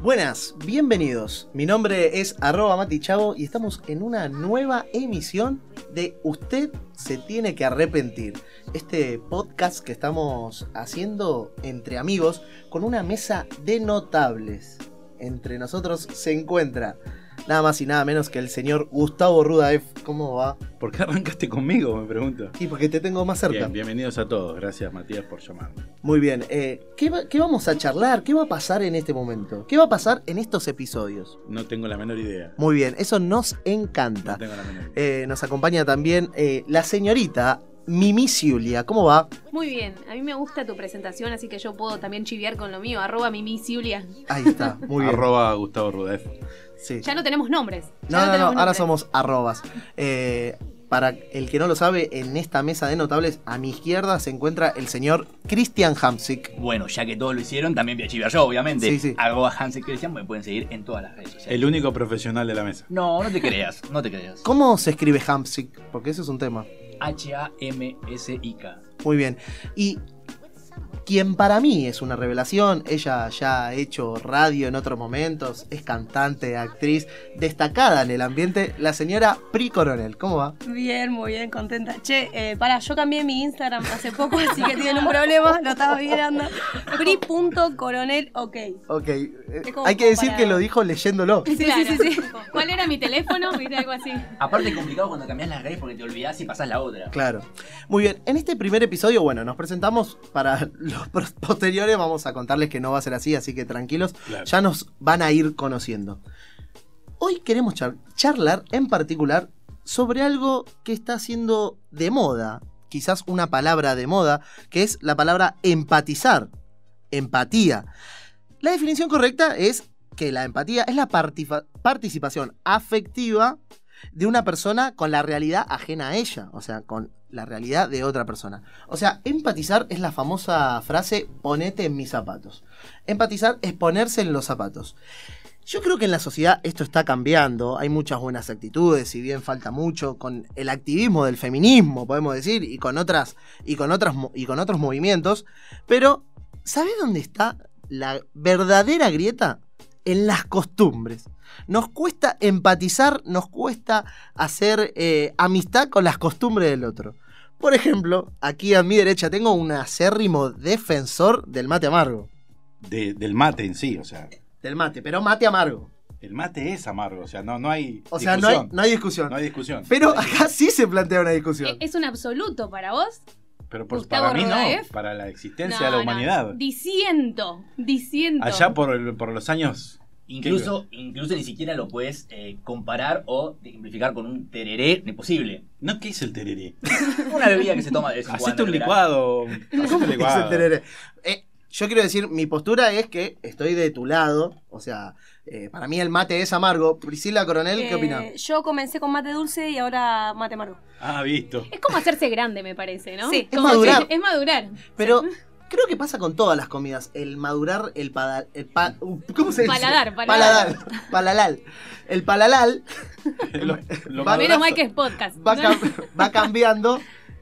Buenas, bienvenidos. Mi nombre es arroba matichavo y estamos en una nueva emisión de Usted se tiene que arrepentir. Este podcast que estamos haciendo entre amigos con una mesa de notables. Entre nosotros se encuentra nada más y nada menos que el señor Gustavo Rudaev. ¿Cómo va? ¿Por qué arrancaste conmigo? Me pregunto. Y porque te tengo más cerca. Bien, bienvenidos a todos. Gracias, Matías, por llamarme. Muy bien, eh, ¿qué, va- qué vamos a charlar? ¿Qué va a pasar en este momento? ¿Qué va a pasar en estos episodios? No tengo la menor idea. Muy bien, eso nos encanta. No tengo la menor idea. Eh, nos acompaña también eh, la señorita Mimi Ciulia. ¿Cómo va? Muy bien, a mí me gusta tu presentación, así que yo puedo también chiviar con lo mío, arroba mimi Zulia. Ahí está, muy bien. Arroba Gustavo Rudef. Sí. Ya no tenemos nombres. ya No, no, tenemos no, ahora nombres. somos arrobas. Eh, para el que no lo sabe, en esta mesa de notables a mi izquierda se encuentra el señor Christian Hamsik. Bueno, ya que todos lo hicieron, también voy a chivar yo, obviamente. Sí, sí. Arroba Hansel Christian, me pueden seguir en todas las redes sociales. El único profesional de la mesa. No, no te creas, no te creas. ¿Cómo se escribe Hamsik? Porque eso es un tema. H-A-M-S-I-K. Muy bien. Y quien para mí es una revelación, ella ya ha hecho radio en otros momentos, es cantante, actriz, destacada en el ambiente, la señora Pri Coronel. ¿Cómo va? Bien, muy bien, contenta. Che, eh, para, yo cambié mi Instagram hace poco, así que tienen un problema, lo estaba mirando. Pri.coronel, ok. Ok, eh, Es como hay que decir para- que lo dijo leyéndolo. Sí, Claro. sí, sí, sí. ¿Cuál era mi teléfono? Viste, algo así. Aparte es complicado cuando cambias las redes porque te olvidás y pasás la otra. Claro. Muy bien, en este primer episodio, bueno, nos presentamos para los pros- posteriores, vamos a contarles que no va a ser así, así que tranquilos, Claro. ya nos van a ir conociendo. Hoy queremos char- charlar en particular sobre algo que está siendo de moda, quizás una palabra de moda, que es la palabra empatizar, empatía. La definición correcta es que la empatía es la partifa- participación afectiva de una persona con la realidad ajena a ella, o sea, con la realidad de otra persona. O sea, empatizar es la famosa frase ponete en mis zapatos. Empatizar es ponerse en los zapatos. Yo creo que en la sociedad esto está cambiando, hay muchas buenas actitudes, si bien falta mucho con el activismo del feminismo, podemos decir, y con otras y con otras mo- y con otros movimientos, pero ¿sabés dónde está la verdadera grieta? En las costumbres. Nos cuesta empatizar, nos cuesta hacer eh, amistad con las costumbres del otro. Por ejemplo, aquí a mi derecha tengo un acérrimo defensor del mate amargo. De- del mate en sí, o sea. Del mate, pero mate amargo. El mate es amargo, o sea, no, no hay. O sea, no hay, discusión. no hay discusión. No hay discusión. Pero acá sí se plantea una ¿E- discusión. ¿Es un absoluto para vos? Pero por- Gustavo para mí no, Rudolph. para la existencia No, de la no. humanidad. Disiento, disiento. Allá por, el- por los años. Incluso, incluso ni siquiera lo puedes eh, comparar o ejemplificar con un tereré, imposible. No, ¿qué es el tereré? Una bebida que se toma de vez en Hacete cuando, un ¿verdad? licuado. Hacete un Es el licuado. tereré. Eh, yo quiero decir, mi postura es que estoy de tu lado. O sea, eh, para mí el mate es amargo. Priscila Coronel, ¿qué Eh, opinás? Yo comencé con mate dulce y ahora mate amargo. Ah, visto. Es como hacerse grande, me parece, ¿no? Sí, es Como madurar. que- es madurar. Pero creo que pasa con todas las comidas. El madurar, el padal. El pa- uh, ¿Cómo se dice? Paladar, paladar. Paladar. Palalal. El palalal Lo- lo Va- Menos madrazo. mal que es podcast. va, ¿no? cam- va cambiando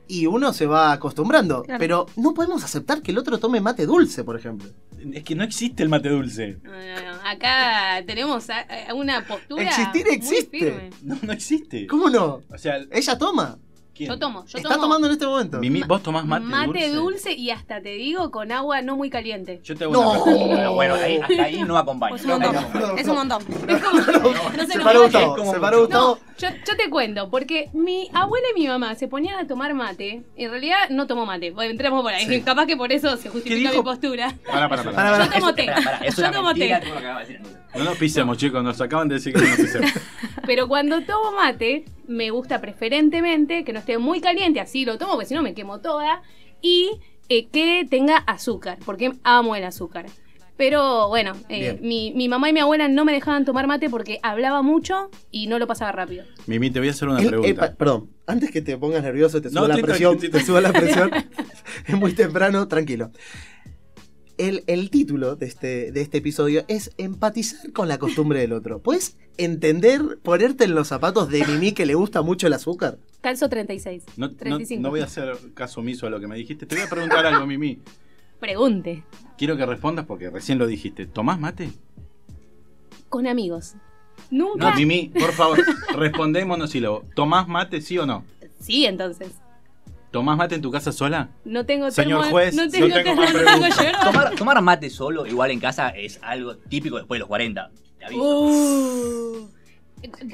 y uno se va acostumbrando. Claro. Pero no podemos aceptar que el otro tome mate dulce, por ejemplo. Es que no existe el mate dulce. No, no, no. Acá tenemos a- a una postura. Existir muy existe. firme. No, no existe. ¿Cómo no? O sea, Ella toma. ¿quién? Yo tomo, yo Está tomo tomando en este momento. Mimi, ¿Vos tomás mate, mate dulce y hasta te digo con agua no muy caliente. Yo te hago No. una pregunta. Pero bueno, ahí, hasta ahí no acompaña. Pues un montón. Ahí no acompaña. Es un montón. Es como- no se se nos paró vaya. Gustavo. como Se mucho. paró Gustavo. No, yo, yo te cuento, porque mi abuela y mi mamá se ponían a tomar mate. En realidad no tomó mate. Bueno, entramos por ahí. Sí. Capaz que por eso se justifica mi dijo? postura. Pará, pará, pará. Pará, pará. Yo tomo Eso- té. pará, pará, es Yo una tomo té. mentira, todo lo que acaba de decir, entonces. No nos pisemos, chicos. Nos acaban de decir que no nos pisemos. Pero cuando tomo mate, me gusta preferentemente que no esté muy caliente, así lo tomo, porque si no me quemo toda. Y eh, que tenga azúcar, porque amo el azúcar. Pero bueno, eh, Bien. mi, mi mamá y mi abuela no me dejaban tomar mate porque hablaba mucho y no lo pasaba rápido. Mimi, te voy a hacer una El- eh, pregunta. pa- perdón, antes que te pongas nervioso, te No, suba la estoy presión, tranquilo, te suba la presión. es muy temprano, tranquilo. El, el título de este, de este episodio es empatizar con la costumbre del otro. ¿Puedes entender, ponerte en los zapatos de Mimi que le gusta mucho el azúcar? Calzo 36. No, no- 35. no voy a hacer caso omiso a lo que me dijiste. Te voy a preguntar algo, Mimi. Pregunte. Quiero que respondas porque recién lo dijiste. ¿Tomás mate? Con amigos. Nunca. No, Mimi, por favor, respondé en monosílabo. ¿Tomás mate, sí o no? Sí, entonces. ¿Tomás mate en tu casa sola? No tengo Señor termo- juez, no tengo, no tengo termo, más no tengo preguntas. yerba. Tomar, tomar mate solo, igual en casa, es algo típico después de los 40. Te aviso. Uh.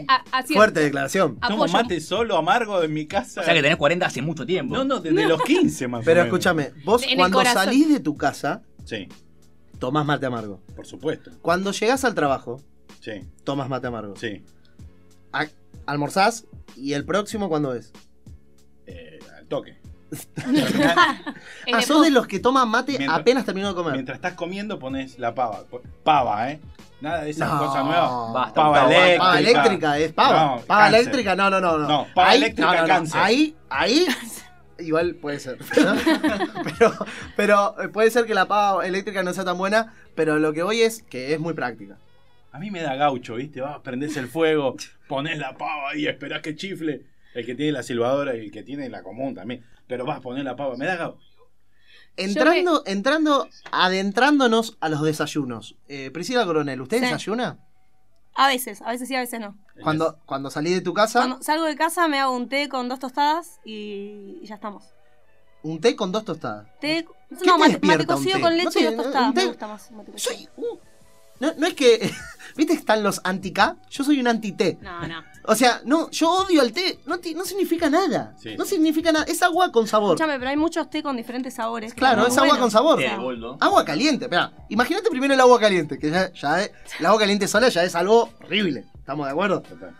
A- así es. Fuerte declaración. ¿Tomo Apoyo. mate solo, amargo, en mi casa? o sea que tenés 40 hace mucho tiempo. No, no, desde los 15 más o Pero menos. escúchame, vos En el cuando corazón. salís de tu casa, Sí, tomás mate amargo. por supuesto. Cuando llegás al trabajo, Sí, tomás mate amargo. sí. A- almorzás y el próximo, ¿cuándo es? Eh, al toque. Es Ah, de- sos de los que toman mate Mientras- apenas terminó de comer. Mientras estás comiendo pones la pava. Pava, ¿eh? Nada de esas No. cosas nuevas. Basta, Pava Gustavo, basta. eléctrica. Pava eléctrica, es pava. No, pava cáncer. eléctrica, no, no, no. No, No, pava eléctrica, cáncer. Ahí, ahí, igual puede ser. pero, pero eh, puede ser que la pava eléctrica no sea tan buena, pero lo que voy es que es muy práctica. A mí me da gaucho, ¿viste? Vas, prendés el fuego, pones la pava ahí, esperás que chifle. El que tiene la silbadora y el que tiene la común también. Pero vas a poner la pava. Me da gaucho. Entrando, entrando, adentrándonos a los desayunos. Eh, Priscila Coronel, ¿usted Sí. desayuna? A veces, a veces sí, a veces no. Cuando, cuando salí de tu casa, Cuando salgo de casa me hago un té con dos tostadas y y ya estamos. un té con dos tostadas. Té, no, te mate, despierta mate un cocido té? con No leche te- y dos tostadas. un té- Me gusta más el mate cocido. Soy un- No, no es que. ¿Viste que están los anti-K? Yo soy un anti-té. No, no. O sea, no, yo odio al té. No, ti- no significa nada. Sí. No significa nada. Es agua con sabor. Escúchame, pero hay muchos té con diferentes sabores. Claro, que es están muy agua con buenos. sabor. Eh, Boldo. Agua caliente, espera. Imagínate primero el agua caliente, que ya, ya es- el agua caliente sola ya es algo horrible. ¿Estamos de acuerdo? Total.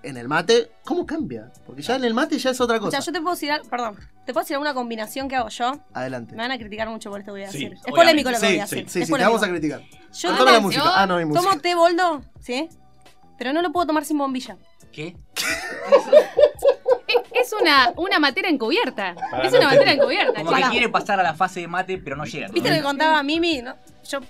En el mate, ¿cómo cambia? Porque ya en el mate ya es otra O cosa. sea, yo te puedo decir, al- perdón, te puedo decir alguna combinación que hago yo. Adelante. Me van a criticar mucho por esto que voy a Sí, decir. Es obviamente. polémico lo que Sí, voy a sí, decir. Sí, es sí, te polémico. vamos a criticar. Yo Cortame la tomo- música. Ah, no hay música. Tomo té boldo, ¿sí? Pero no lo puedo tomar sin bombilla. ¿Qué? Es, es una, una materia encubierta. Para es no una te- materia encubierta. Como chicos. que quiere pasar a la fase de mate, pero no llega. ¿Viste lo que contaba Mimi? No, yo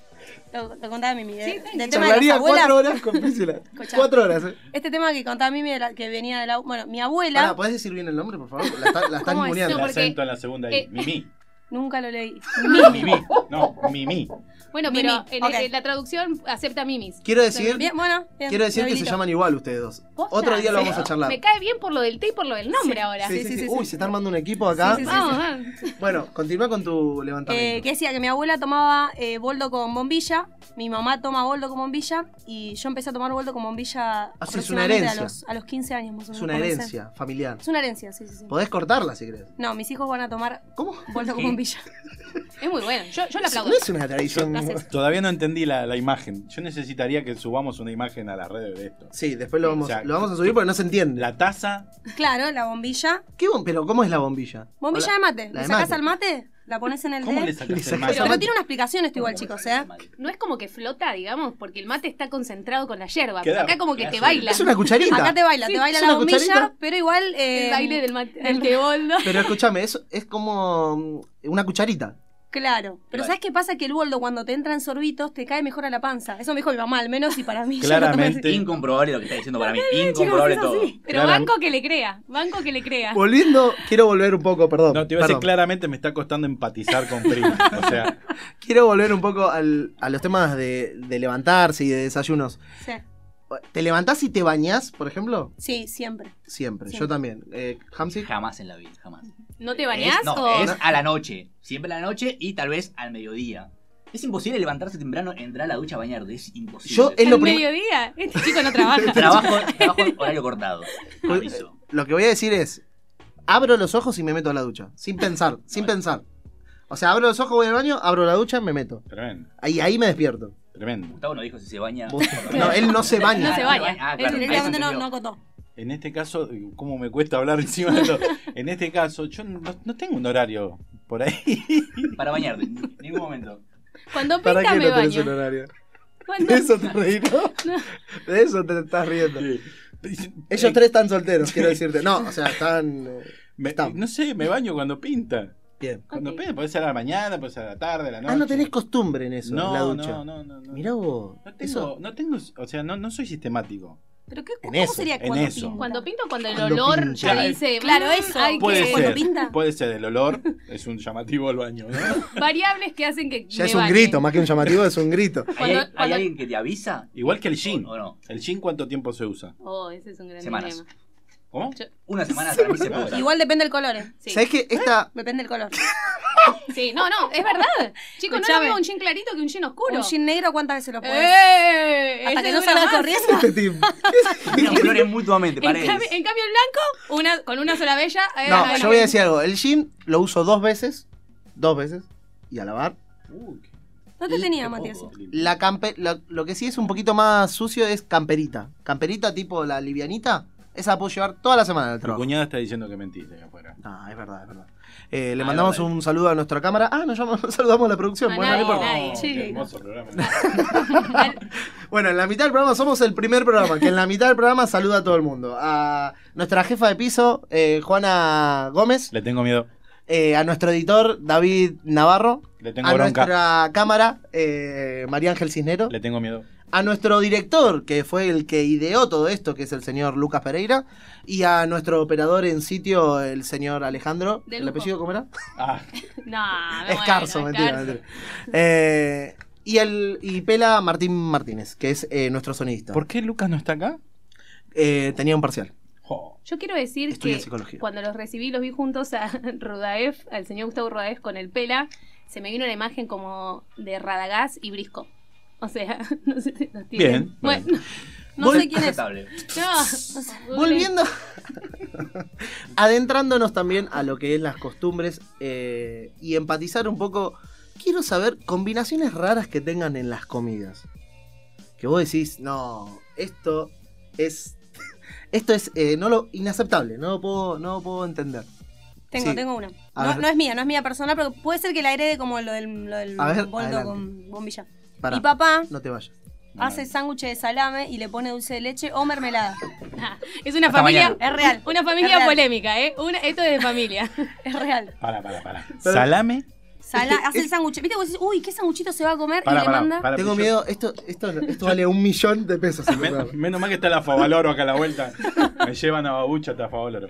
lo, lo contaba Mimi. de- Sí, está bien. del tema de las Charlaría abuelas. cuatro horas con Priscila. Escuchá. cuatro horas, eh. Este tema que contaba Mimi de la- que venía de la. Bueno, mi abuela. Pará, pues. ¿Podés decir bien el nombre, por favor? La, está- la están ¿Cómo es? ninguneando. El No, porque- acento en la segunda. I. eh. Mimi. Nunca lo leí. Mimi. No, Mimi. Bueno, Mimi, pero en, ok. en la traducción acepta mimis. Quiero decir, Bien, bueno, bien, quiero decir lo que se habilito. llaman igual ustedes dos. ¿Posta? Otro día lo Sí. vamos a charlar. Me cae bien por lo del té y por lo del nombre ahora. Sí, sí, Sí, sí. sí, sí, Uy, sí. se está armando un equipo acá. Sí, sí, sí, Vamos, vamos. Bueno, continúa con tu levantamiento. Eh, que decía que mi abuela tomaba eh, boldo con bombilla, mi mamá toma boldo con bombilla y yo empecé a tomar boldo con Ah, bombilla sí, es una aproximadamente herencia. A, los, a los 15 años más o menos. es una comencé. herencia familiar. Es una herencia, sí, sí, sí. Podés cortarla si querés. No, mis hijos van a tomar ¿Cómo? boldo con ¿Qué? bombilla. Es muy bueno. Yo, yo lo aplaudo. No es una tradición. Gracias. Todavía no entendí la, la imagen. Yo necesitaría que subamos una imagen a las redes de esto. Sí, después lo vamos, O sea, lo vamos a subir porque no se entiende. La taza. Claro, la bombilla. ¿Qué bon- pero ¿cómo es la bombilla? Bombilla Hola. de mate. La La de sacás mate. al mate, la pones en el ¿Cómo té. le sacas Le el sacás mate? Pero no tiene una explicación esto igual, chicos, ¿eh? No es como que flota, digamos, porque el mate está concentrado con la yerba. Queda- Acá como que queda te suelto. baila. Es una cucharita. Acá te baila, Sí, te baila es la una bombilla, cucharita. pero igual. eh, El baile del mate, del teboldo. Pero escúchame, eso es como mm, una cucharita. Claro. Claro. Pero ¿sabes qué pasa? Que el boldo cuando te entra en sorbitos te cae mejor a la panza. Eso me dijo mi mamá, al menos y para mí. yo lo tomé así. Claramente. Incomprobable lo que está diciendo para mí. chicos, Incomprobable es todo. así. Pero Claro. banco que le crea, banco que le Ah. crea. Volviendo, quiero volver un poco, perdón. No, te iba a decir perdón. claramente me está costando empatizar con Prima. O sea, Quiero volver un poco al- a los temas de, de levantarse y de desayunos. Sí. ¿Te levantás y te bañás, por ejemplo? Sí, siempre. Siempre, Sí. yo también. Eh, ¿Hamsi? Jamás en la vida, jamás. ¿No te bañás Es- no, o.? es a la noche. Siempre a la noche y tal vez al mediodía. Es imposible levantarse temprano, entrar a la ducha a bañarte. Es imposible. Yo es ¿Al lo prim- mediodía? Este chico no trabaja. Trabajo, trabajo horario cortado. Aviso. Lo que voy a decir es, abro los ojos y me meto a la ducha, sin pensar, sin pensar. O sea, abro los ojos, voy al baño, abro la ducha, me meto. tremendo, Ahí, ahí me despierto. tremendo. Gustavo no dijo si se baña. Vos- No, él no se baña. No se baña. Ah, Él claro. Directamente no, Ahí se no entendió. acotó. En este caso, ¿cómo me cuesta hablar encima de todo? En este caso, yo no, no tengo un horario por ahí. Para bañarte, en ningún momento. Cuando ¿Para pinta qué me no tenés baño. un horario? Cuando- De eso te reí, ¿no? De eso te estás riendo. Eh. Ellos tres están solteros, quiero decirte. No, o sea, están. eh, Me- Está. no sé, me baño cuando pinta. Bien. Cuando Ok. pinta, puede ser a la mañana, puede ser a la tarde, a la noche. Ah, no tenés costumbre en eso, no, en la ducha. No, no, no. no. Mirá vos. No tengo, eso- no tengo, o sea, no, no soy sistemático. ¿Pero qué, En cómo eso, sería en cuando eso. pinta? Cuando pinto, cuando el Cuando olor pinta. te dice. Claro, "Mm, eso. Hay Puede que- ser. ¿Cuando pinta? Puede ser el olor, es un llamativo al baño, ¿no? Variables que hacen que. Ya me es un bañe. grito, más que un llamativo, es un grito. ¿Hay, Cuando- hay cuando- alguien que te avisa? Igual que el ¿O, jean. o no? ¿El jean cuánto tiempo se usa? Oh, ese es un gran Semanas. dilema. ¿Cómo? Una semana para mí se puede. Igual depende del color, eh. Sí. ¿Sabés que esta. Depende del color. Sí, no, no, es verdad. Chicos, no es lo Escuchame. mismo un jean clarito que un jean oscuro. Un jean negro, ¿cuántas veces lo puedes? ¡Eh! Hasta Ese que no dura salga más. corriendo. Este tipo- Nos flores mutuamente, En, parece. cambio- en cambio el blanco, una, con una sola bella. eh, No, ahí yo voy a decir algo. El jean lo uso dos veces. Dos veces. Y a lavar. Uh, qué No te Oh, tenía, Qué Matías. poco. lindo. La campe- la- lo que sí es un poquito más sucio es camperita. Camperita tipo la livianita. Esa la puedo llevar toda la semana al Tu trabajo. cuñada está diciendo que mentiste ahí afuera. Ah, es verdad, es verdad. Eh, le Ah, mandamos es verdad. un saludo a nuestra cámara. Ah, nos, llamamos- saludamos a la producción. A bueno, no nadie, importa. nadie. Oh, qué Sí. hermoso programa. Bueno, en la mitad del programa somos el primer programa, que en la mitad del programa saluda a todo el mundo. A nuestra jefa de piso, eh, Juana Gómez, Le tengo miedo. eh, a nuestro editor, David Navarro, Le tengo a bronca. nuestra cámara, eh, María Ángel Cisnero, Le tengo miedo. a nuestro director, que fue el que ideó todo esto, que es el señor Lucas Pereira, y a nuestro operador en sitio, el señor Alejandro. De ¿El lujo. Ah, apellido cómo era? Ah, No, me Escarso, muero, mentira, escarso. mentira. Eh, y, el, y pela Martín Martínez, que es eh, nuestro sonidista. ¿Por qué Lucas no está acá? Eh, tenía un parcial. Jo. Yo quiero decir Estudia que psicología. cuando los recibí, los vi juntos a Rudaef, al señor Gustavo Rudaef con el pela, se me vino una imagen como de Radagás y Brisco. O sea, no sé si los tienen. Bien, Bueno, No sé quién es. Aceptable. no. Volviendo, adentrándonos también a lo que es las costumbres eh, y empatizar un poco, quiero saber combinaciones raras que tengan en las comidas. Que vos decís, no, esto es... Esto es eh, no lo inaceptable, no lo puedo, no lo puedo entender. Tengo, Sí. tengo una. A No, ver. no es mía, no es mía personal, pero puede ser que la herede como lo del, lo del A ver, boldo adelante. con bombilla. Pará, Mi papá no te vayas. hace sándwiches de salame y le pone dulce de leche o mermelada. Es una Hasta familia. mañana. Es real. Una Es familia real. polémica, ¿eh? Una- esto es de familia. Es real. Para, para, para. Salame. Sala- hace el sándwich. Viste, vos decís, uy, ¿qué sándwichito se va a comer? y Para, le para, manda. para. Tengo yo- miedo, esto, esto, esto vale un millón de pesos. en Men- verdad. menos mal que está la Favaloro acá a la vuelta. Me llevan a Babucha hasta Favaloro.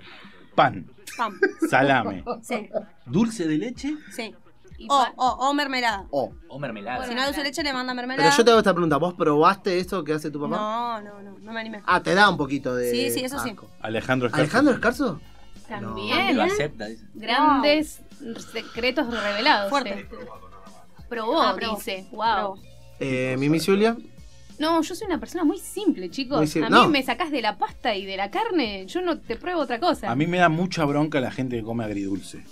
Pan, Pam. salame, Sí, ¿Dulce de leche sí. Y O, pa- Ah, o, o mermelada. Oh, o mermelada? Si no dulce de leche, le manda mermelada. Pero yo te hago esta pregunta, ¿vos probaste esto que hace tu papá? No, no, no, no me animé. Ah, te da un poquito de. Sí, sí, eso sí. asco. Alejandro Escarzo. ¿Alejandro Escarzo? También. Lo acepta. dice. Grandes secretos revelados. eh. Fuerte. Probó, Ah, probó. dice. Wow. Pero- Eh, Mimi Zulia. No, yo soy una persona muy simple, chicos. Muy simple. A mí No. me sacás de la pasta y de la carne, yo no te pruebo otra cosa. A mí me da mucha bronca la gente que come agridulce.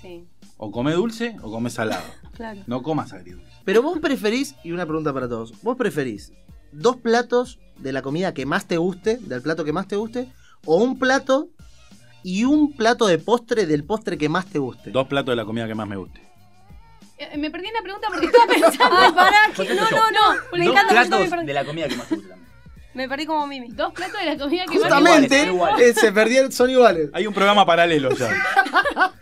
Sí, O come dulce o come salado. claro. No comas agridulce. Pero vos preferís, y una pregunta para todos, ¿vos preferís dos platos de la comida que más te guste, del plato que más te guste, o un plato y un plato de postre del postre que más te guste? Dos platos de la comida que más me guste. Eh, Me perdí en la pregunta porque estaba pensando. Ay, pará, que- Contesto No, yo. no, no. Me Dos encanta, yo también platos perdí. de la comida que más te gusta también. Me perdí como Mimi. Dos platos de la comida que más me Justamente. Justamente, Son iguales, son iguales. eh, se perdieron, son iguales. Hay un programa paralelo ya. gusta.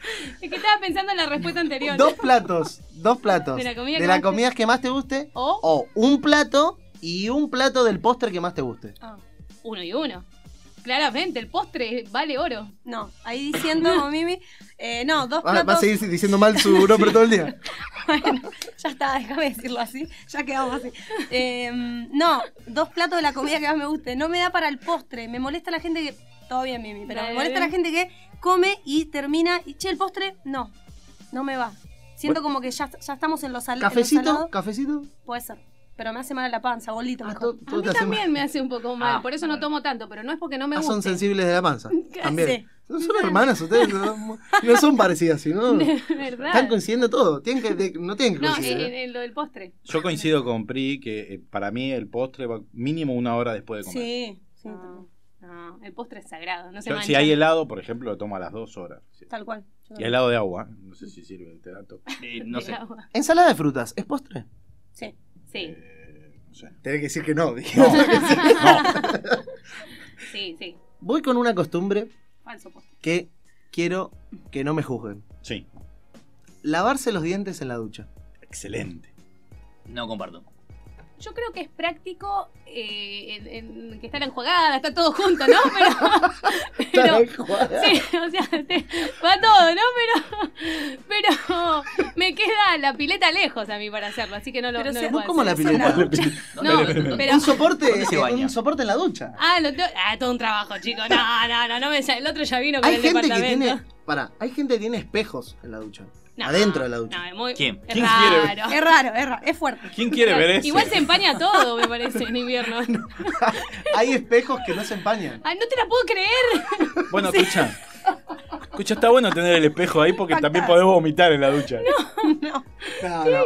Es que estaba pensando en la respuesta anterior. Dos platos, dos platos De la comida de que la más te- comida que más te guste, O o un plato y un plato del postre que más te guste. Ah, uno y uno. Claramente, el postre vale oro. no, ahí diciendo como Mimi. eh, no, dos Ah, Va, platos. va a seguir diciendo mal su nombre todo el día. Bueno, ya está, déjame decirlo así. Ya quedamos así. Eh, no, dos platos de la comida que más me guste. No me da para el postre. Me molesta la gente que. Todo bien, Mimi, pero me Dale. molesta la gente que come y termina. Y che, el postre, no. No me va. Siento como que ya, ya estamos en los sal- en lo ¿Cafecito? salado. ¿Cafecito? Puede ser. Pero me hace mal a la panza, bolito. Ah, mejor. todo- A todo mí te hace mal. también me hace un poco mal, Ah, por eso no tomo tanto, pero no es porque no me Ah, guste. son sensibles de la panza. También. No son hermanas ustedes, no, no son parecidas, sino ¿Verdad? están coincidiendo todo. Tienen que, de- no tienen que No, coincidir. en, ¿eh? en- en lo del postre. Yo coincido con Pri que eh, para mí el postre va mínimo una hora después de comer. Sí. sí, No, también. No, el postre es sagrado, no se Yo, mancha. si hay helado, por ejemplo, lo tomo a las dos horas. Sí. Tal cual. Yo Y también. helado de agua, ¿eh? no sé si sirve este dato. Eh, no sé. El agua. Ensalada de frutas, ¿es postre? Sí. Sí, Eh, no sé. Tenés que decir que no. sí, sí. Voy con una costumbre Falso postre. que quiero que no me juzguen. Sí, Lavarse los dientes en la ducha. excelente. No comparto. Yo creo que es práctico eh, en, en- que está la enjuagada, está todo junto, ¿no? Pero. pero sí, o sea, te- va todo, ¿no? Pero. Pero me queda la pileta lejos a mí para hacerlo, así que no lo, Pero no se- lo No puedo como hacer. la Eso pileta. No, no. No, no, no, no. pero- Un soporte, ¿Dónde se eh, baña? un soporte en la ducha. Ah, lo tengo- ah, todo un trabajo, chicos. No, no, no, no me sale. El otro ya vino con Hay el gente que departamento. tiene. Pará, hay gente que tiene espejos en la ducha. No, Adentro de la ducha. No, es muy. ¿Quién? es ¿Quién quiere ver? raro. Es raro, es raro, es fuerte. ¿Quién quiere ver eso? Igual se empaña todo, me parece, en invierno. Hay espejos que no se empañan. Ay, no te la puedo creer. Bueno, escucha. Escucha, está bueno tener el espejo ahí porque también podés vomitar en la ducha. No, no.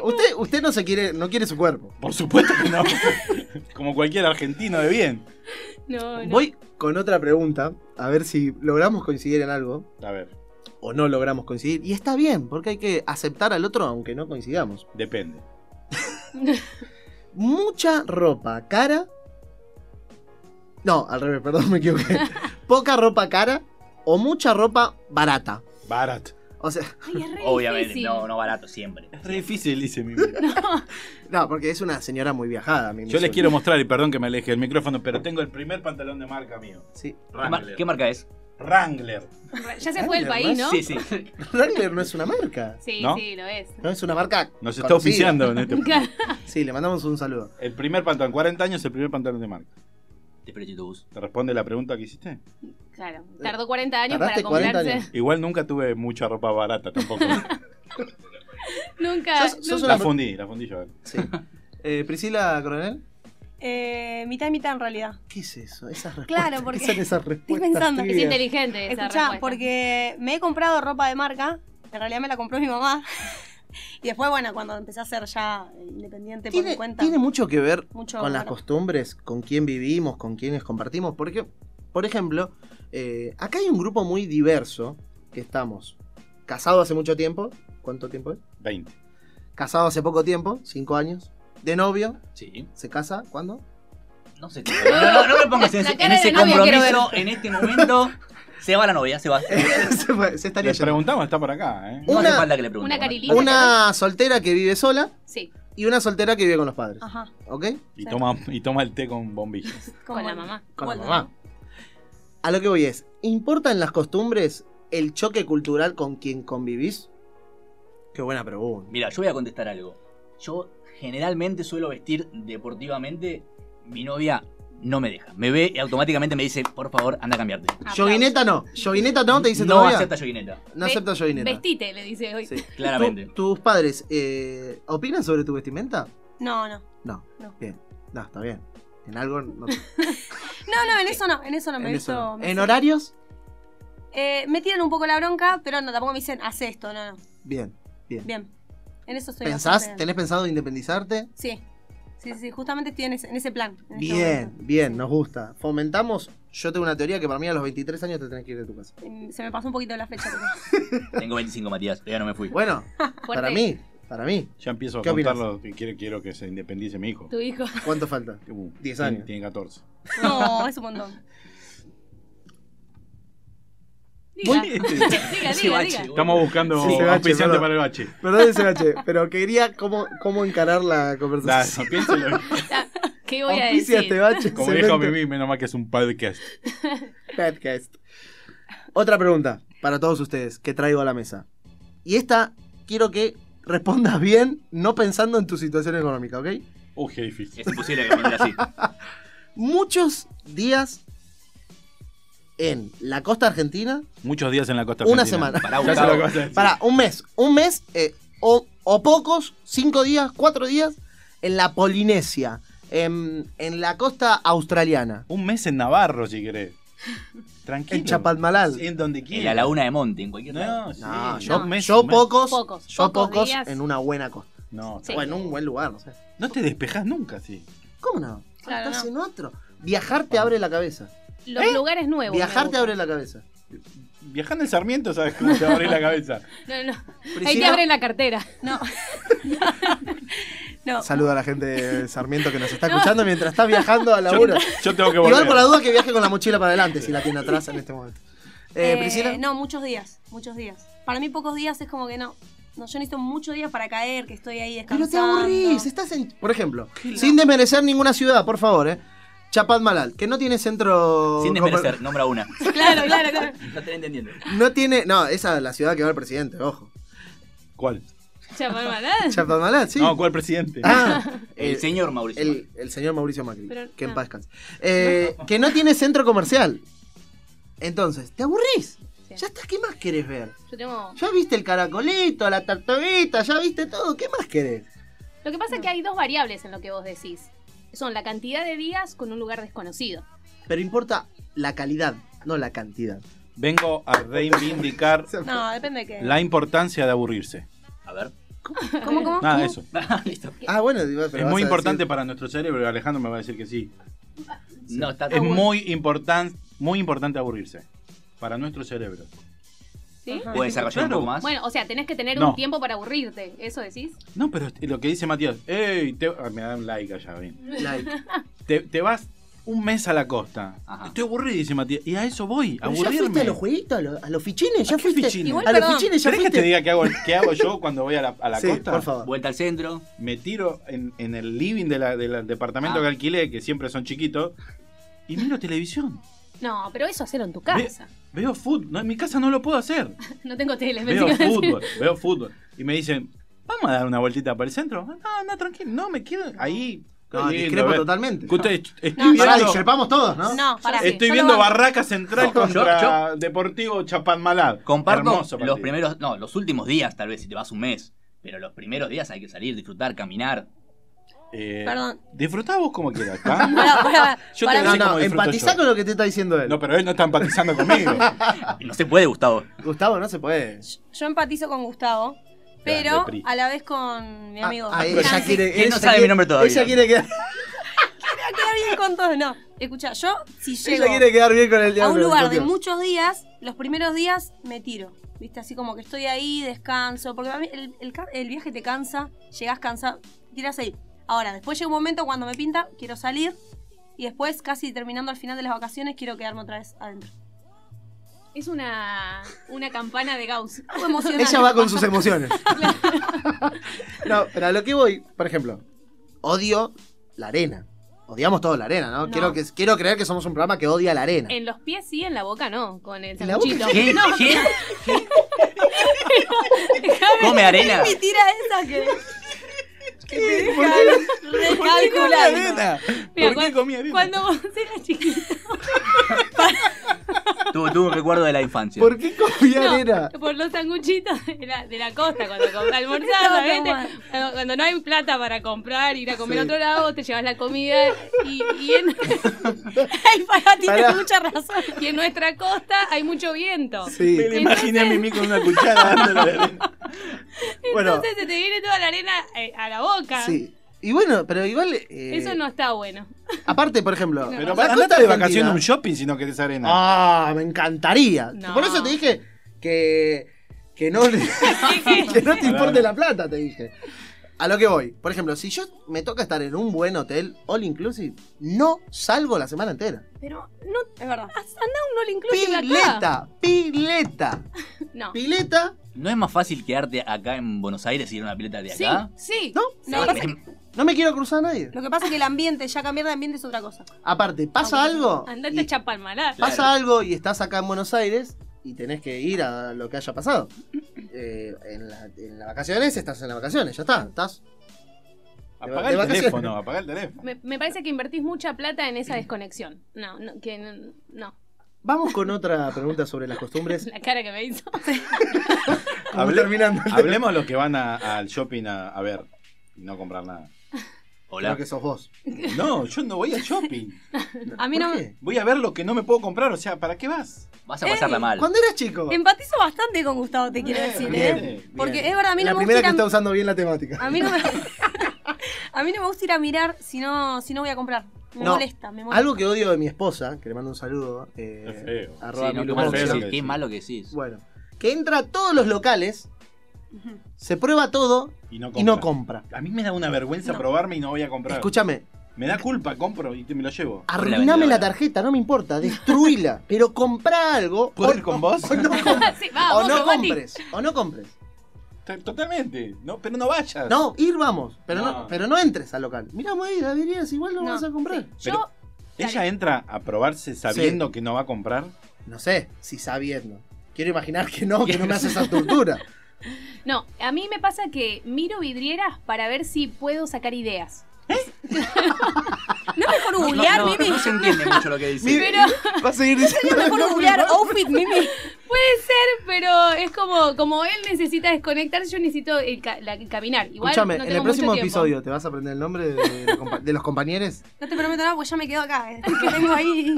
Usted, usted no se quiere, no quiere su cuerpo. Por supuesto que no. Como cualquier argentino de bien. No, no. Voy con otra pregunta, a ver si logramos coincidir en algo. A ver, o no logramos coincidir. Y está bien, porque hay que aceptar al otro aunque no coincidamos. depende. Mucha ropa cara. No, al revés, perdón, me equivoqué. Poca ropa cara o mucha ropa barata. Barat. O sea, Ay, es re Obviamente, difícil. no, no barato siempre. Es re difícil, dice mi no, porque es una señora muy viajada. a mí me Yo les suena. quiero mostrar, y perdón que me aleje el micrófono, pero tengo el primer pantalón de marca mío. Sí. ¿Qué, mar- Wrangler. qué marca es? Wrangler. Ya se fue el país, ¿no? Sí, sí. Wrangler no es una marca. Sí, ¿No? sí, lo es. No es una marca. Nos está conocida. oficiando en este Sí, le mandamos un saludo. El primer pantalón, 40 años, el primer pantalón de marca. Te espero en tu bus. ¿Te responde la pregunta que hiciste? Claro, tardó 40 años para Tardaste 40 comprarse. años. Igual nunca tuve mucha ropa barata tampoco. Nunca. Sos- sos nunca- la fundí, la fundí yo. Sí. Eh, Priscila Coronel, Eh, mitad y mitad en realidad. ¿qué es eso? Esas respuestas. Claro, porque- ¿Qué son esas respuestas pensando, Es tibias? inteligente esa Escuchá, respuesta. porque me he comprado ropa de marca. En realidad me la compró mi mamá. y después, bueno, cuando empecé a ser ya independiente por mi tiene, cuenta. tiene mucho que ver mucho con las bueno. costumbres, con quién vivimos, con quienes compartimos. Porque, por ejemplo, eh, acá hay un grupo muy diverso que estamos casados hace mucho tiempo. ¿Cuánto tiempo es? 20. Casado hace poco tiempo, cinco años. De novio, Sí. se casa, ¿cuándo? No sé. No, no, no me pongas en, La ese- cara en de ese novia quiero ver. compromiso en este momento. Se va la novia, se va. Eh, se, fue- se estaría Le yendo. preguntamos, está por acá, ¿eh? No Una- hace falta que le pregunte. una carilita. Una soltera que vive sola Sí, y una soltera que vive con los padres. Ajá. ¿Ok? Y toma, y toma el té con bombillas. con como- la mamá. Con la Bueno. mamá. A lo que voy es, ¿importan las costumbres el choque cultural con quien convivís? Qué buena pregunta. Mira, yo voy a contestar algo. Yo generalmente suelo vestir deportivamente. Mi novia no me deja. Me ve y automáticamente me dice, por favor, anda a cambiarte. Ah, Yoguineta no. Yoguineta no, te dice No todavía. acepta yoguineta, No Ve- acepto yoguineta. Vestite, le dice hoy. Sí. claramente. ¿Tu- ¿Tus padres eh, opinan sobre tu vestimenta? No, no. No. No. Bien. No, está bien. En algo. No, No, no, en eso no, en eso no me en, he eso visto- no. me ¿En hizo- horarios? Eh, me tiran un poco la bronca, pero no, tampoco me dicen, haz esto, no, no. Bien. Bien. Bien. En eso estoy. ¿Pensás? bastante- ¿Tenés pensado independizarte? Sí. Sí, sí, justamente estoy en ese, en ese plan. en este Bien, momento. bien, nos gusta. Fomentamos. Yo tengo una teoría que para mí a los 23 años te tenés que ir de tu casa. Mm, Se me pasó un poquito la fecha. pero- Tengo 25, Matías. Todavía no me fui. Bueno, Fuerte. para mí, para mí. Ya empiezo a ¿Qué opinas? contar lo que quiero, quiero que se independice mi hijo. Tu hijo. ¿Cuánto falta? Uh, 10 tiene- años. Tiene 14. No, es un montón. Diga, Muy- diga, Ese diga, bache, diga. boludo. Estamos buscando Sí, se bache, auspiciante perdón. para el bache. Perdón, SH, pero quería cómo, cómo encarar la Da, conversación. piénselo. ¿Qué voy a Auspicia decir? este bache. Como dijo cemento. Mimi, menos mal que es un podcast. Podcast. Otra pregunta para todos ustedes que traigo a la mesa. Y esta quiero que respondas bien, no pensando en tu situación económica, ¿ok? Uh, qué difícil. Es imposible que me así. Muchos días en la costa argentina, Muchos días en la costa Una argentina. semana. Pará, Ya sé lo que Gustavo. vas a decir. para un mes, un mes eh, o, o pocos, cinco días, cuatro días, en la Polinesia, en, en la costa australiana, Un mes en Navarro, si querés. Tranquilo. en Chapalmalal. En donde quieras. En la laguna de Monte, en cualquier lado. No, sí. No, un yo, mes, yo un mes. pocos, Pocos, yo pocos pocos días. en una buena costa. No, Sí. O en un buen lugar, no sé. no te despejás nunca, sí. ¿Cómo no? Claro, Estás no. en otro. Viajar te abre la cabeza. los lugares nuevos. me Viajar te gusta. abre la cabeza. Viajando en Sarmiento, ¿sabes cómo te va a abrir la cabeza? No, no. Ahí te Priscila- abren la cartera. No. no. Saluda a la gente de Sarmiento que nos está escuchando mientras está viajando a Yo, laburo. yo tengo que Igual volver. por la duda que viaje con la mochila para adelante, si la tiene atrás en este momento. Eh, Eh, Priscila, No, muchos días, muchos días. Para mí pocos días es como que no. No, yo necesito muchos días para caer, que estoy ahí pero descansando. te aburrís, estás en... Por ejemplo, sin desmerecer ninguna ciudad, por favor, eh. Chapadmalal, que no tiene centro... Sin comer- desmerecer, nombra una. Claro, claro, claro. No te entendiendo. No tiene... No, esa es la ciudad que va el presidente, ojo. ¿Cuál? Chaparmalán. Chapadmalal, sí. No, ¿cuál presidente? Ah, El eh, señor Mauricio. El, el señor Mauricio Macri. Pero- que en ah. paz descanse. Eh, que no tiene centro comercial. Entonces, ¿te aburrís? Sí. Ya estás, ¿qué más querés ver? Yo tengo. Ya viste el caracolito, la tartaguita, ya viste todo, ¿qué más querés? Lo que pasa es que hay dos variables en lo que vos decís. Son la cantidad de días con un lugar desconocido. Pero importa la calidad, no la cantidad. Vengo a reivindicar No, depende de qué. la importancia de aburrirse. A ver. ¿Cómo, cómo? Nada, eso. Listo. Ah, bueno, digo, pero Es vas muy a importante decir- para nuestro cerebro, y Alejandro me va a decir que sí. No, está Es muy importante, muy importante aburrirse. Para nuestro cerebro. ¿Sí? Ajá. ¿Puedes desarrollar un Claro. poco más? Bueno, o sea, tenés que tener No. un tiempo para aburrirte. ¿Eso decís? No, pero lo que dice Matías, ¡ey! te- ah, me da un like allá, ven. Like. Te, te vas un mes a la costa. Ajá. Estoy aburrido, dice Matías. Y a eso voy, Pero ¿Ya fuiste aburrirme. a los jueguitos, a los, a los fichines? ¿Ya qué fuiste? fichines? Igual, a los perdón, fichines ya ¿Querés que fuiste. te diga qué hago, qué hago yo cuando voy a la, a la sí, costa? por favor. Vuelta al centro. Me tiro en, en el living de la- del departamento Ah. que alquilé, que siempre son chiquitos, y miro televisión. No, pero eso hacerlo en tu casa. Veo fútbol. No, en mi casa no lo puedo hacer. No tengo tele, me Veo sigo- fútbol, veo fútbol. Y me dicen, vamos a dar una vueltita para el centro. Ah, No, no, tranquilo, no, me quedo ahí. No, Qué lindo, discrepo ver. totalmente. Escucha, est- estoy No, Pará, viendo, discrepamos todos, ¿no? No, pará. estoy yo viendo lo banco. Barraca Central No, yo- contra Deportivo Chapadmalal. Comparto Hermoso partido. los primeros, no, los últimos días tal vez si te vas un mes, pero los primeros días hay que salir, disfrutar, caminar. Eh, Perdón. Disfrutá vos como quieras, ¿tá? Pará, pará, Yo pará. te No, así no, como disfruto empatizá yo. con lo que te está diciendo él. No, pero él no está empatizando conmigo. No se puede, Gustavo. Gustavo, no se puede. Yo empatizo con Gustavo, pero Grande, Pri. a la vez con mi amigo. Ah, ah, Francis. ella quiere, Él no ella sabe mi quiere- nombre todavía. Ella quiere quedar, Quiero quedar bien con todos, no. Escucha, yo si llego ella quiere quedar bien con el a diablo. un lugar de Dios. muchos días, los primeros días me tiro. ¿Viste? Así como que estoy ahí, descanso. Porque a mí el, el ca- el viaje te cansa, llegás cansado, tiras ahí. Ahora, después llega un momento cuando me pinta, quiero salir. Y después, casi terminando al final de las vacaciones, quiero quedarme otra vez adentro. Es una, una campana de Gauss. Algo emocionante. Ella va con sus emociones. no, pero a lo que voy, por ejemplo, odio la arena. Odiamos todo la arena, ¿no? No. Quiero, que, quiero creer que somos un programa que odia la arena. En los pies sí, en la boca no, con el ¿En la boca sanguchito. ¿Qué? No, ¿Qué? ¿Come arena? Mi tira esa que. que te dejan recalculando. mira, ¿Por qué cuan- comí arena? Cuando vos eras chiquito. Tuvo, tuvo un recuerdo de la infancia. ¿Por qué comía No, arena? por los sanguchitos de la, de la costa cuando compras No, almorzada, no, ¿viste? Cuando, cuando no hay plata para comprar, ir a comer a otro lado, vos te llevas la comida y, y en, Ay, para, tiene Pará. mucha razón. y en nuestra costa hay mucho viento. Sí. Me la imaginé a Mimi con una cuchara dándole la arena. Bueno. Entonces se te viene toda la arena eh, a la boca. Sí. Y bueno, pero igual. eh, Eso no está bueno. Aparte, por ejemplo. Pero la costa andate de argentina- vacaciones a un shopping si no querés arena. Ah, me encantaría. No. Por eso te dije que. Que no, le- que no te importe la plata, te dije. A lo que voy. Por ejemplo, si yo me toca estar en un buen hotel, all inclusive, no salgo la semana entera. Pero no Es verdad. Haz- Anda un all inclusive acá. Pileta, pileta, No. pileta. ¿No es más fácil quedarte acá en Buenos Aires y ir a una pileta de Sí, acá? sí. No, No, Porque pasa que- no me quiero cruzar a nadie. lo que pasa es que el ambiente, ya cambiar de ambiente es otra cosa. Aparte, pasa algo. Andate y- a Chapalmalá. Pasa algo y estás acá en Buenos Aires y tenés que ir a lo que haya pasado. Eh, en, la- en las vacaciones estás en las vacaciones, ya está. Estás. Apagá de el vacaciones. teléfono, apagá el teléfono. Me, me parece que invertís mucha plata en esa desconexión. No, no, que no, no. Vamos con otra pregunta sobre las costumbres. La cara que me hizo. Vamos terminando. Hablemos los que van a- al shopping a, a ver y no comprar nada. Hola. Creo que sos vos. No, yo no voy al shopping. A mí ¿Por no- qué? Voy a ver lo que no me puedo comprar, o sea, ¿para qué vas? Vas a pasarla mal. Cuando eras chico. Empatizo bastante con Gustavo, te quiero Bien, decir, bien, ¿eh? bien. Porque es verdad, a mí la no me primera gusta ir que a, está usando bien la temática. a mí no me... a mí no me gusta ir a mirar si no, si no voy a comprar. Me No. molesta, me molesta. Algo que odio de mi esposa, que le mando un saludo. eh, Es feo. arroba Sí, no, qué, Milu malo que Monzón. feo. decís, qué malo que decís. Bueno, que entra a todos los locales, Ujú. se prueba todo Y no y no compra. compra. A mí me da una vergüenza No. probarme y no voy a comprar. Escúchame, Me da culpa, compro y te me lo llevo. arruiname la vendedora. tarjeta, no me importa, destruíla, pero compra algo. ¿Puedo o- ir con vos? O no, com- Sí, va, o Ah, vos, no Mati. compres, o no compres. T- Totalmente. No, pero no vayas. No, ir vamos, pero no, No. pero no entres al local. Mirá, ahí, deberías, igual no, No, vas a comprar. Yo, Ella entra a probarse sabiendo que no va a comprar. No sé, si sabiendo. Quiero imaginar que no, que no me hace esa tortura. no, a mí me pasa que miro vidrieras para ver si puedo sacar ideas. No es mejor No, googlear, no, Mimi. no se entiende mucho lo que dice. Mire, Va a seguir diciendo. No es mejor googlear outfit, Mimi. Puede ser, pero es como, como él necesita desconectarse, yo necesito el ca- la- caminar. Igual Escúchame, no en tengo el mucho próximo tiempo. episodio te vas a aprender el nombre de, los compa- de los compañeros. No te prometo nada porque ya me quedo acá. eh, Que tengo ahí.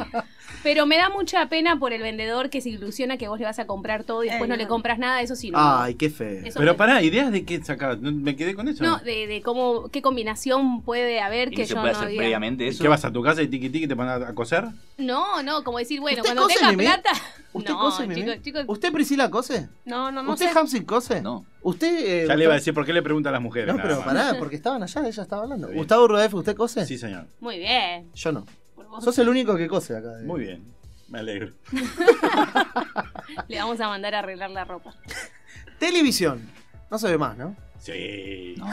Pero me da mucha pena por el vendedor que se ilusiona que vos le vas a comprar todo y después Eh, no no. le compras nada, eso sí no. Ay, qué feo. Eso Pero me- pará, ideas de qué sacar. No, Me quedé con eso. No, de, de cómo, qué combinación puede haber ¿Y que no se yo puede no hacer había- previamente ¿Y eso? ¿Qué vas a tu casa y tiki tiki te van a a coser? No, no, como decir, bueno, ¿Usted cuando cose, tenga Mimi? plata. ¿Usted no, cose, Mimi? chicos, chicos, ¿Usted Priscila cose? No, no, no ¿Usted sé. Hamsik cose? No. ¿Usted.? eh, Ya le iba a Gustavo- decir por qué le preguntan a las mujeres. No, nada pero más. pará, porque estaban allá, ella estaba hablando. Está bien. Gustavo Rudolf, ¿usted cose? Sí, señor. Muy bien. Yo no. por vos. Sos el único que cose acá. de- Muy bien. Me alegro. Le vamos a mandar a arreglar la ropa. Televisión. No se ve más, ¿no? Sí. No.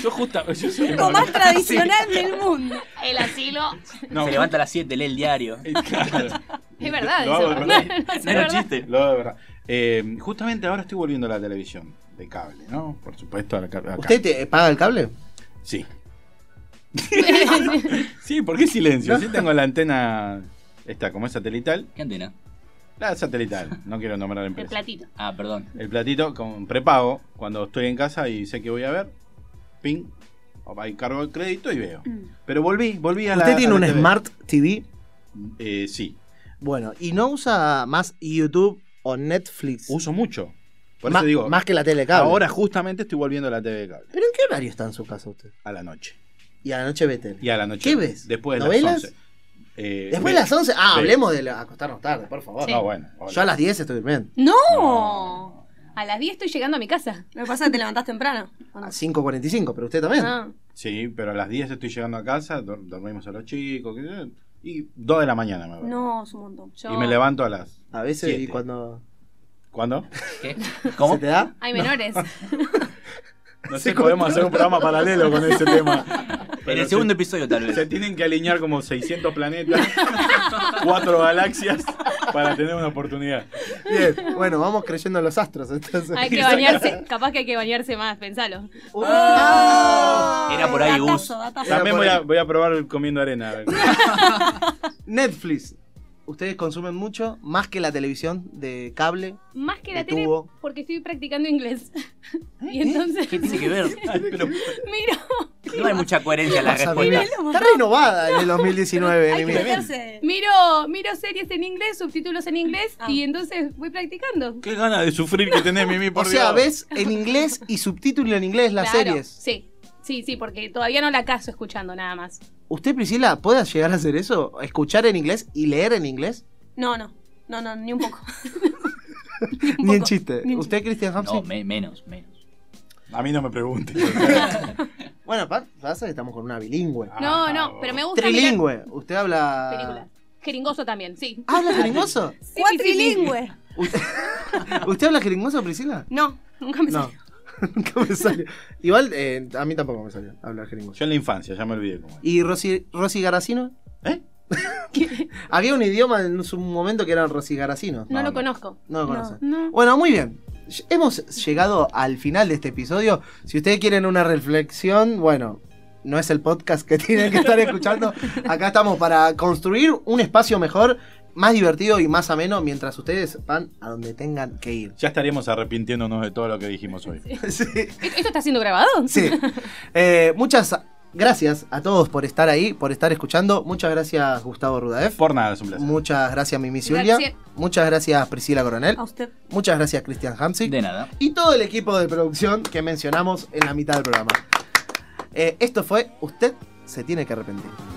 Yo justo. yo soy- Lo más tradicional del mundo. El asilo. No, Se levanta a las 7, lee el diario. Claro. Es verdad Lo hago eso. de verdad. No, es No era verdad. chiste. Lo hago de verdad. Eh, justamente ahora estoy volviendo a la televisión de cable, ¿no? Por supuesto, a la cable. ¿Usted te- eh, paga el cable? Sí. Sí, ¿por qué silencio? Sí tengo la antena, esta, como es satelital. ¿Qué antena? La satelital, no quiero nombrar la El empresa. platito. Ah, perdón. El platito con prepago, cuando estoy en casa y sé que voy a ver, ping, ahí cargo el crédito y veo. Pero volví, volví a la... ¿Usted tiene a un la TV. Smart TV? Eh, sí, Bueno, ¿y no usa más YouTube o Netflix? uso mucho. Por Ma- eso digo, Más que la tele de cable. ahora justamente estoy volviendo a la TV de cable, ¿Pero en qué horario está en su casa usted? a la noche. Y a la noche ve tele. Y a la noche. ¿Qué ves? Después de ¿Novelas? las 11. Eh, Después ve- de las 11. Ah, Sí. hablemos de la- acostarnos tarde, por favor. Sí. No, bueno. hola. Yo a las 10 estoy durmiendo. ¡No! A las 10 estoy llegando a mi casa. Lo que pasa es que te levantás temprano. ¿o no? A 5.45, pero usted también. Ah, Sí, pero a las 10 estoy llegando a casa, dor- dormimos a los chicos, qué sé yo, y 2 de la mañana me voy. No, es un montón. yo- Y me levanto a las... A veces, y Siete. cuando. ¿Cuándo? ¿Qué? ¿Cómo? ¿Se te da? Hay menores. No sé, podemos hacer un programa paralelo con ese tema. En Pero el se- segundo episodio, tal Se vez. tienen que alinear como 600 planetas, cuatro galaxias, para tener una oportunidad. Bien. Bueno, vamos creyendo en los astros entonces. Hay que bañarse. Capaz que hay que bañarse más, pensalo. ¡Oh! Era por ahí, Gus. Datazo, datazo. Era También por voy a, ahí. voy a probar el comiendo arena. a ver. Netflix. Ustedes consumen mucho, más que la televisión de cable. Más que De la tele, tubo. porque estoy practicando inglés. Y entonces ¿Qué tiene que ver? Ay, pero- miro, No hay mucha coherencia en la Pasa, respuesta. Mimi. Está renovada en el 2019. Hay que Mimi. meterse. miro, miro series en inglés, subtítulos en inglés, Ah. y entonces voy practicando. Qué ganas de sufrir que tenés, Mimi, por O sea, Dios. ves en inglés y subtítulo en inglés las Claro, series. Sí, sí, sí, porque todavía no la caso escuchando nada más. ¿Usted, Priscila, puede llegar a hacer eso? ¿Escuchar en inglés y leer en inglés? No, no. No, no, ni un poco. Ni en chiste. ni en ¿Usted, Cristian No, Hampson? me- menos, menos. A mí no me preguntes. Bueno, pa- pasa que estamos con una bilingüe. Ah, No, no, pero me gusta mirar Trilingüe. ¿Usted habla. películas. Jeringoso también, sí. ¿Habla jeringoso? Sí, sí, sí, sí. Cuatrilingüe. ¿Usted, ¿Usted habla jeringoso, Priscila? No, nunca me No. salió. Nunca me salió. Igual, eh, a mí tampoco me salió hablar jeringoso. Yo en la infancia, ya me olvidé cómo era. ¿Y Rosy, Rosy Garacino? ¿Eh? Había un idioma en su momento que era Rosy Garacino. No, No, lo no. conozco. No lo conoce. No. Bueno, muy bien. Ll- Hemos llegado al final de este episodio. Si ustedes quieren una reflexión, bueno, no es el podcast que tienen que estar escuchando. Acá estamos para construir un espacio mejor, más divertido y más ameno mientras ustedes van a donde tengan que ir. Ya estaríamos arrepintiéndonos de todo lo que dijimos hoy. Sí. ¿E-, ¿Esto esto está siendo grabado? Sí. Eh, muchas gracias a todos por estar ahí, por estar escuchando. Muchas gracias, Gustavo Rudaev. Por nada, es un placer. Muchas gracias, Mimi Zulia. Gracias. Muchas gracias, Priscila Coronel. A usted. Muchas gracias, Cristian Hamsik. De nada. y todo el equipo de producción que mencionamos en la mitad del programa. Eh, esto fue Usted se tiene que arrepentir.